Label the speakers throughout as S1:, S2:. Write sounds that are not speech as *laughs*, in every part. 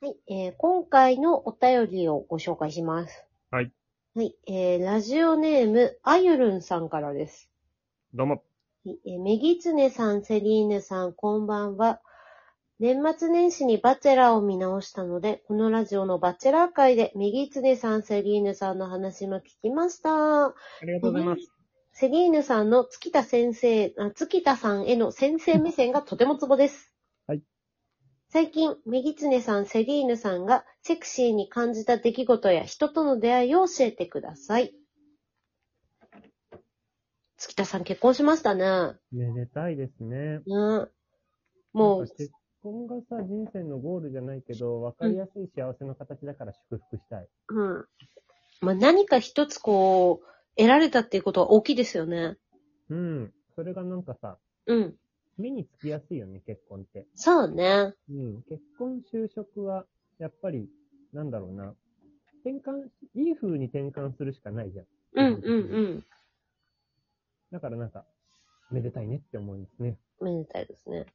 S1: はい、えー今回のお便りをご紹介します。
S2: はい。
S1: はい、えーラジオネーム、あゆるんさんからです。
S2: どうも。
S1: はいえー、めぎつねさん、セリーヌさん、こんばんは。年末年始にバチェラーを見直したので、このラジオのバチェラー会で、めぎつねさん、セリーヌさんの話も聞きました。
S2: ありがとうございます。
S1: セリーヌさんの月田先生、あ月田さんへの先生目線がとてもツボです。
S2: はい。
S1: 最近、メギツネさん、セリーヌさんがセクシーに感じた出来事や人との出会いを教えてください。月田さん結婚しましたね。
S2: めでたいですね。
S1: ねもう、
S2: 結婚がさ、人生のゴールじゃないけど、わかりやすい幸せの形だから祝福したい。
S1: うん。まあ、何か一つこう、得られたっていうことは大きいですよね。
S2: うん。それがなんかさ、
S1: うん。
S2: 目につきやすいよね、結婚って。
S1: そうね。
S2: うん。結婚、就職は、やっぱり、なんだろうな。転換、いい風に転換するしかないじゃん。
S1: うんうん
S2: だからなんか、めでたいねって思うんですね。
S1: うん。めでたいですね。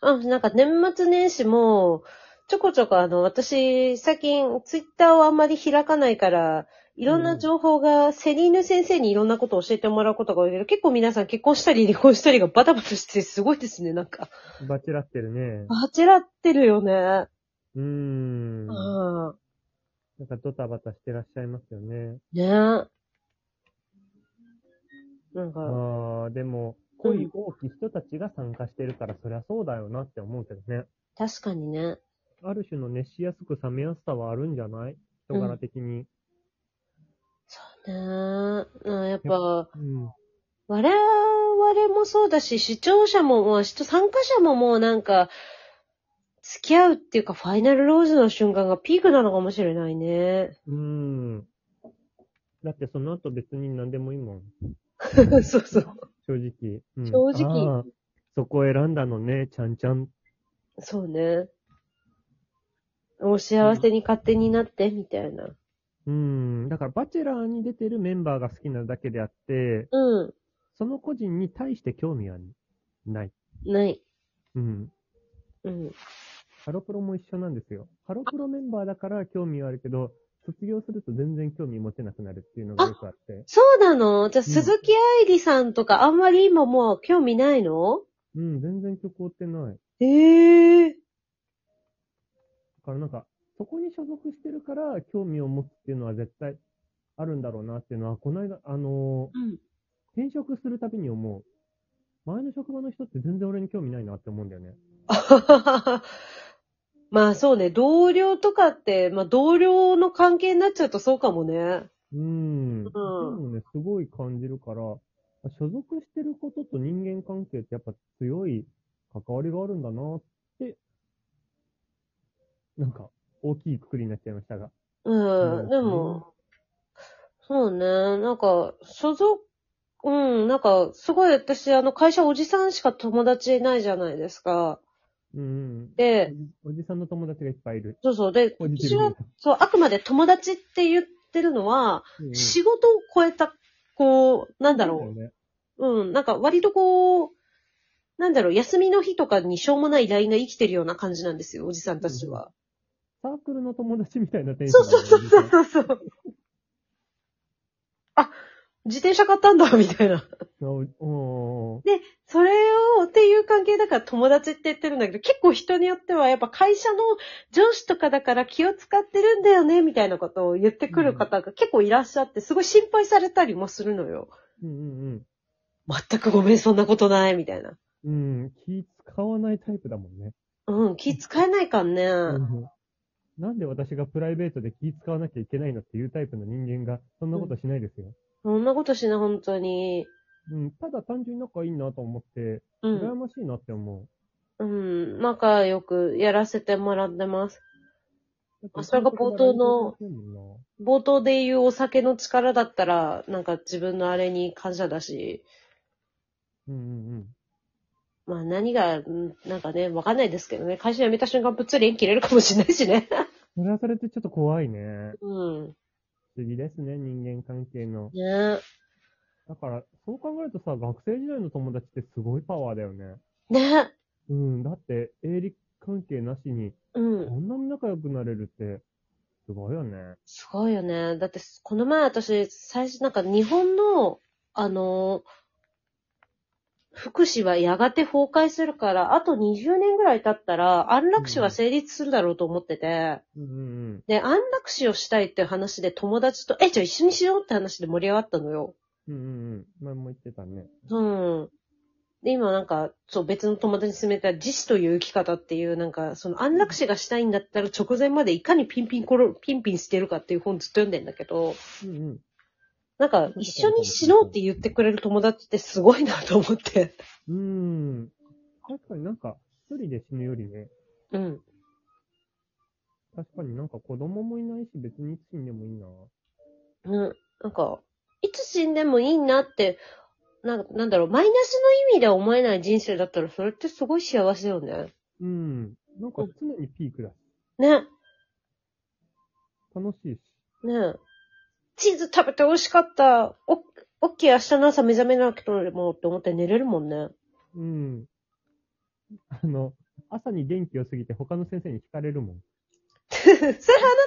S1: あ、なんか年末年始も、ちょこちょこあの、私、最近、ツイッターをあんまり開かないから、いろんな情報が、セリーヌ先生にいろんなことを教えてもらうことが多いけど、結構皆さん結婚したり離婚したりがバタバタしてすごいですね、なんか。
S2: バチェラってるね。
S1: バチェラってるよね。
S2: うーん。な
S1: うん。
S2: んかドタバタしてらっしゃいますよね。
S1: ねえ。なんか、
S2: ああ、でも、恋多き人たちが参加してるから、そりゃそうだよなって思うけどね。
S1: 確かにね。
S2: ある種の熱しやすく冷めやすさはあるんじゃない人柄的に。
S1: そうねえ。うんやっぱ、
S2: うん。
S1: 我々もそうだし、視聴者も、まあ、視聴参加者ももうなんか、付き合うっていうか、ファイナルローズの瞬間がピークなのかもしれないね。
S2: うん。だってその後別に何でもいいもん。
S1: *laughs* そうそう。
S2: 正直。うん
S1: 正直
S2: あーそこ選んだのね、ちゃんちゃん。
S1: そうね。お幸せに勝手になって、みたいな。
S2: うん。だから、バチェラーに出てるメンバーが好きなだけであって、
S1: うん。
S2: その個人に対して興味はない。
S1: ない。
S2: うん。
S1: うん。
S2: ハロプロも一緒なんですよ。ハロプロメンバーだから興味はあるけど、卒業すると全然興味持てなくなるっていうのがよくあって。
S1: そうなのじゃあ、鈴木愛理さんとか、あんまり今もう興味ないの
S2: うん、全然曲追ってない。だ
S1: ええ
S2: からなんか、そこに所属してるから興味を持つっていうのは絶対あるんだろうなっていうのは、この間、あの
S1: うん。
S2: ー転職するたびに思う。前の職場の人って全然俺に興味ないなって思うんだよね。
S1: *laughs* まあそうね、同僚とかって、まあ同僚の関係になっちゃうとそうかもね。
S2: う
S1: う
S2: ん。
S1: ん
S2: そういうのね、すごい感じるから、所属してることと人間関係ってやっぱ強い関わりがあるんだなって、なんか、大きいくくりになっちゃいましたが。
S1: うん、でも、そうね、なんか、所属、うん、なんか、すごい私、あの、会社おじさんしか友達いないじゃないですか。
S2: うん。
S1: で、
S2: おじおじさんの友達がいっぱいいる。
S1: そうそう、で、
S2: ポジ
S1: 私
S2: ティブ
S1: は、そう、あくまで友達って言ってるのは、
S2: に。
S1: 仕事を超えた、こう、なんだろう、
S2: うね。
S1: うん、なんか割とこう、なんだろう、休みの日とかにしょうもない LINE が生きてるような感じなんですよ、おじさんたちは。
S2: サークルの友達みたいなテンショ
S1: そう
S2: ンだ
S1: そ
S2: よ
S1: う
S2: ね。
S1: そうそうそう。あ、自転車買ったんだ、みたいな。
S2: おおー
S1: それを、っていう関係だから友達って言ってるんだけど、結構人によってはやっぱ会社の上司とかだから気を使ってるんだよね、みたいなことを言ってくる方が結構いらっしゃって、すごい心配されたりもするのよ。
S2: うんうん
S1: 全くごめん、そんなことない、みたいな。
S2: うん。うん。気使わないタイプだもんね。
S1: うん、気使えないかんね。
S2: うんなんで私がプライベートで気使わなきゃいけないのっていうタイプの人間が、そんなことしないですよ。
S1: そんなことしない、本当に。
S2: うん、ただ単純に仲いいなと思って、
S1: う
S2: 羨
S1: ん。
S2: ましいなって思
S1: うん。仲良くやらせてもらってます。
S2: う。
S1: あそれが冒頭の
S2: うん。
S1: 冒頭で言うお酒の力だったら、なんか自分のあれに感謝だし、
S2: うんうん。
S1: まあ何が、うんなんかね、わかんないですけどね、会社辞めた瞬間ぶっつり縁切れるかもしれないしね。
S2: それはそれってちょっと怖いね。
S1: うん。
S2: 不思議ですね、人間関係の。
S1: ね
S2: だから、そう考えるとさ、学生時代の友達ってすごいパワーだよね。
S1: ね
S2: うん、だって、エーリッ関係なしに、
S1: うん。
S2: こんなに仲良くなれるって、すごいよね。
S1: すごいよね。だって、この前私、最初なんか日本の、あの、福祉はやがて崩壊するから、あと20年ぐらい経ったら、安楽死は成立するだろうと思ってて、
S2: うんうん
S1: で、安楽死をしたいっていう話で友達と、え、じゃあ一緒にしようって話で盛り上がったのよ。
S2: うん。うんうんうん。前も言ってたね。
S1: うん。で、今なんか、そう、別の友達に勧めた、自死という生き方っていう、なんか、その安楽死がしたいんだったら直前までいかにピンピンころ、ピンピンしてるかっていう本ずっと読んでんだけど、
S2: うんうん。
S1: なんか、一緒に死のうって言ってくれる友達ってすごいなと思って。
S2: うーん。確かになんか、一人で死ぬよりね、
S1: うん。
S2: 確かになんか子供もいないし別にいつ死んでもいいな。
S1: うん。なんか、いつ死んでもいいなって、なんなんだろう、マイナスの意味では思えない人生だったら、それってすごい幸せよね。
S2: うん。なんか常にピークだし、
S1: ね。
S2: 楽しいし。
S1: ねえ。チーズ食べて美味しかった。お、オッケー、明日の朝目覚めなくてもって思って寝れるもんね。 *laughs*
S2: うん。あの、朝に元気を過ぎて他の先生に惹かれるもん。
S1: それあな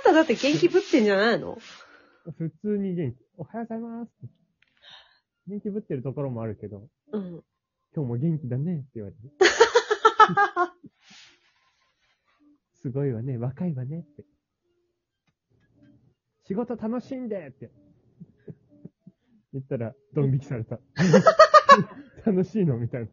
S1: ただって元気ぶってんじゃないの
S2: 普通に元気。おはようございます。元気ぶってるところもあるけど、
S1: うん。
S2: 今日も元気だねって言われる。
S1: *laughs*
S2: すごいわね、若いわねって。仕事楽しんでって。言ったら、ドン引きされ
S1: *laughs*
S2: た。楽しいのみたいな。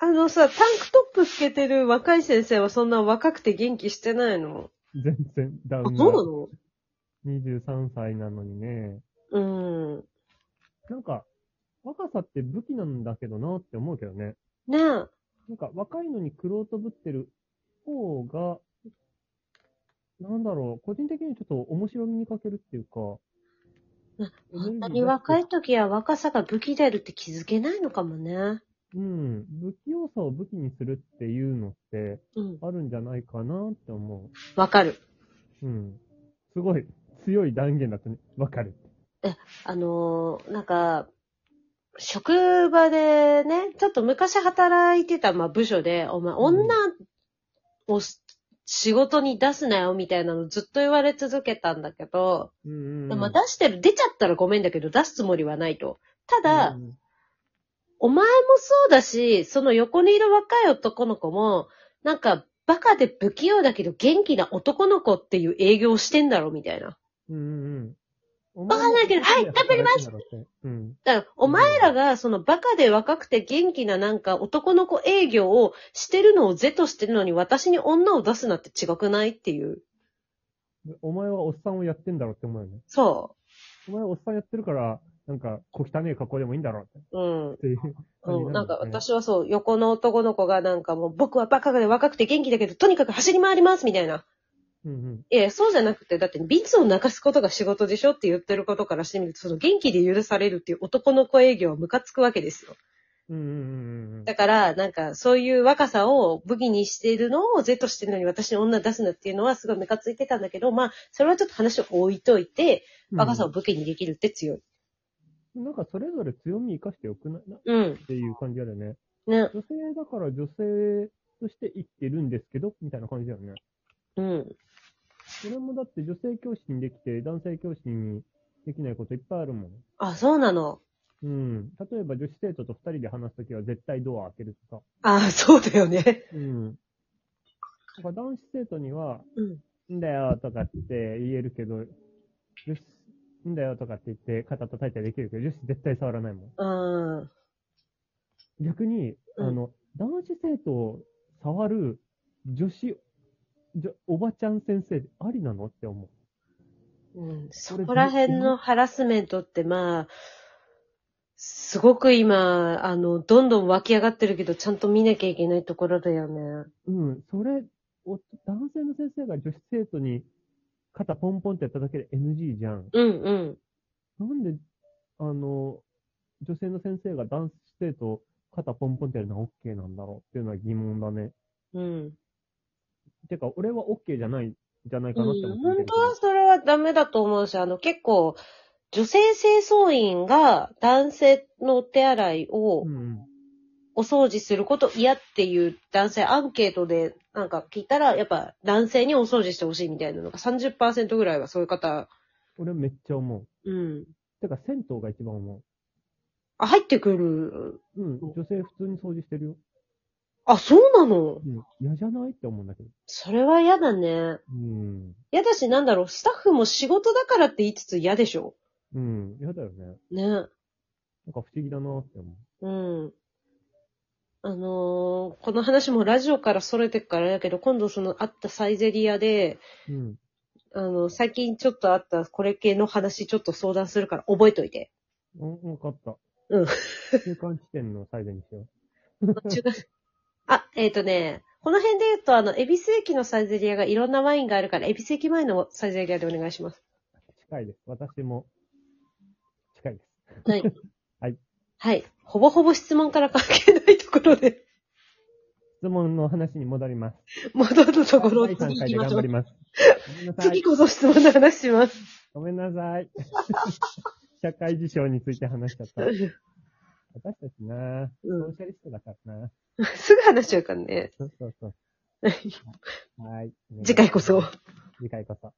S1: あのさ、タンクトップつけてる若い先生はそんな若くて元気してないの
S2: 全然、ダ
S1: あ、
S2: ウンが
S1: そ
S2: 23歳なのにね。
S1: うなのうん。
S2: なんか、若さって武器なんだけどなって思うけどね。
S1: ねえ。
S2: なんか若いのに苦労とぶってる方が、なんだろう、個人的にちょっと面白みに欠けるっていうか、
S1: 本当に若い時は若さが武器であるって気づけないのかもね。
S2: うん、不器用さを武器にするっていうのって
S1: うん。
S2: あるんじゃないかなって思
S1: わかる。
S2: う。うん。すごい強い断言だったね。わかる。
S1: あのーなんか、職場でね、ちょっと昔働いてた、まあ、部署で、お前、
S2: ん
S1: 女をす仕事に出すなよ、みたいなのずっと言われ続けたんだけど、
S2: うん、う
S1: で
S2: ん。
S1: も出してる、出ちゃったらごめんだけど、出すつもりはないと。ただ、
S2: うん
S1: お前もそうだし、その横にいる若い男の子も、なんか、バカで不器用だけど元気な男の子っていう営業をしてんだろ、みたいな。
S2: うん、うん。
S1: わかんないけどはい頑張ります
S2: うん。
S1: だから、お前らが、そのバカで若くて元気ななんか男の子営業をしてるのを是としてるのに私に女を出すなって違くないっていう。
S2: お前はおっさんをやってんだろって思うよね。
S1: そ
S2: お前はおっさんやってるから、なんか、小汚い格好でもいいんだろって。
S1: う。うん。
S2: っていう感じ
S1: うん、なんか
S2: だね
S1: 私はそう、横の男の子がなんかもう僕はバカで若くて元気だけど、とにかく走り回りますみたいな。
S2: うんうん。
S1: いや、そうじゃなくて、だって、ビツを泣かすことが仕事でしょって言ってることからしてみると、その元気で許されるっていう男の子営業はムカつくわけですよ。
S2: うんうんうんうん
S1: だから、なんか、そういう若さを武器にしているのを是としてるのに私に女出すなっていうのはすごいムカついてたんだけど、まあ、それはちょっと話を置いといて、
S2: うん。
S1: 若さを武器にできるって強い。
S2: なんかそれぞれ強み生かしてよくないなっ
S1: うん。
S2: ていう感じあるよね。
S1: ね。
S2: 女性だから女性として生きてるんですけど、みたいな感じだよね。
S1: うん。
S2: それもだって女性教師にできて、男性教師にできないこといっぱいあるもん。
S1: あ、そうなの。
S2: うん。例えば女子生徒と二人で話すときは絶対ドア開けるとか。
S1: あ、そうだよね。
S2: うん。だから男子生徒には、
S1: うん。
S2: んだよとかって言えるけど、女子、んだよとかって言って肩叩いたりできるけど、女子絶対触らないもん。
S1: うん。
S2: 逆に、
S1: うん
S2: あの、男子生徒を触る女子、じょおばちゃん先生ありなのって思う。
S1: うん、そこら辺のハラスメントって、まあ、すごく今、あの、どんどん湧き上がってるけど、ちゃんと見なきゃいけないところだよね。
S2: うん、それ、お男性の先生が女子生徒に肩ポンポンってやっただけで NG じゃん。
S1: うんうん。
S2: なんで、あの、女性の先生が男子生徒肩ポンポンってやるのは OK なんだろうっていうのは疑問だね。
S1: うん。
S2: てか、俺は OK じゃない、じゃないかなって思って
S1: 本
S2: るけど
S1: 当はそれはダメだと思うし、あの、結構、女性清掃員が男性のお手洗いを
S2: うん、
S1: お掃除すること嫌っていう男性アンケートでなんか聞いたら、やっぱ男性にお掃除してほしいみたいなのが30%ぐらいはそういう方、
S2: 俺めっちゃ思う。
S1: うん。
S2: てか、銭湯が一番思
S1: あ、入ってくる。
S2: う。うん、女性普通に掃除してるよ。
S1: あ、そうなの
S2: うん、嫌じゃないって思うんだけど。
S1: それは嫌だね。
S2: うん。
S1: 嫌だし、なんだろう、スタッフも仕事だからって言いつつ嫌でしょ
S2: うん、嫌だよね。
S1: ね。
S2: なんか不思議だなって思
S1: うん。あのーこの話もラジオからそれてっからだけど、今度そのあったサイゼリアで、
S2: う。うん。
S1: あの、最近ちょっとあったこれ系の話ちょっと相談するから覚えといて。
S2: うん、わかった。
S1: うん
S2: 中間地点のサイズにしよ
S1: 違うあ、えっ、とね、この辺で言うと、あの、恵比寿駅のサイゼリアがいろんなワインがあるから、恵比寿駅前のサイゼリアでお願いします。
S2: う。近いです。私も、近いです。
S1: はい。
S2: はい。
S1: はい。ほぼほぼ質問から関係ないところで、
S2: 質問の話に戻ります。
S1: 戻るところを
S2: 第
S1: 次
S2: 3
S1: 行き
S2: 回で
S1: ま
S2: 頑
S1: しょ
S2: 張
S1: う
S2: り。ます。ごめんなさ
S1: 次
S2: い。
S1: こそ質問の話します。
S2: ごめんなさい。社会事象について話しちゃった。私たちな、
S1: うん
S2: ソーシャリストだからな。
S1: すぐ話しちゃうからね。
S2: そうそうそう。はい。
S1: 次回こそ。
S2: 次回こそ。